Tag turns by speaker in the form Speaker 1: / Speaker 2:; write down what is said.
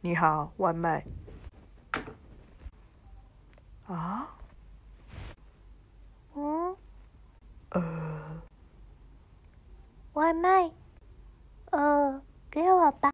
Speaker 1: 你好，外卖。啊？嗯？呃？
Speaker 2: 外卖，呃，给我吧。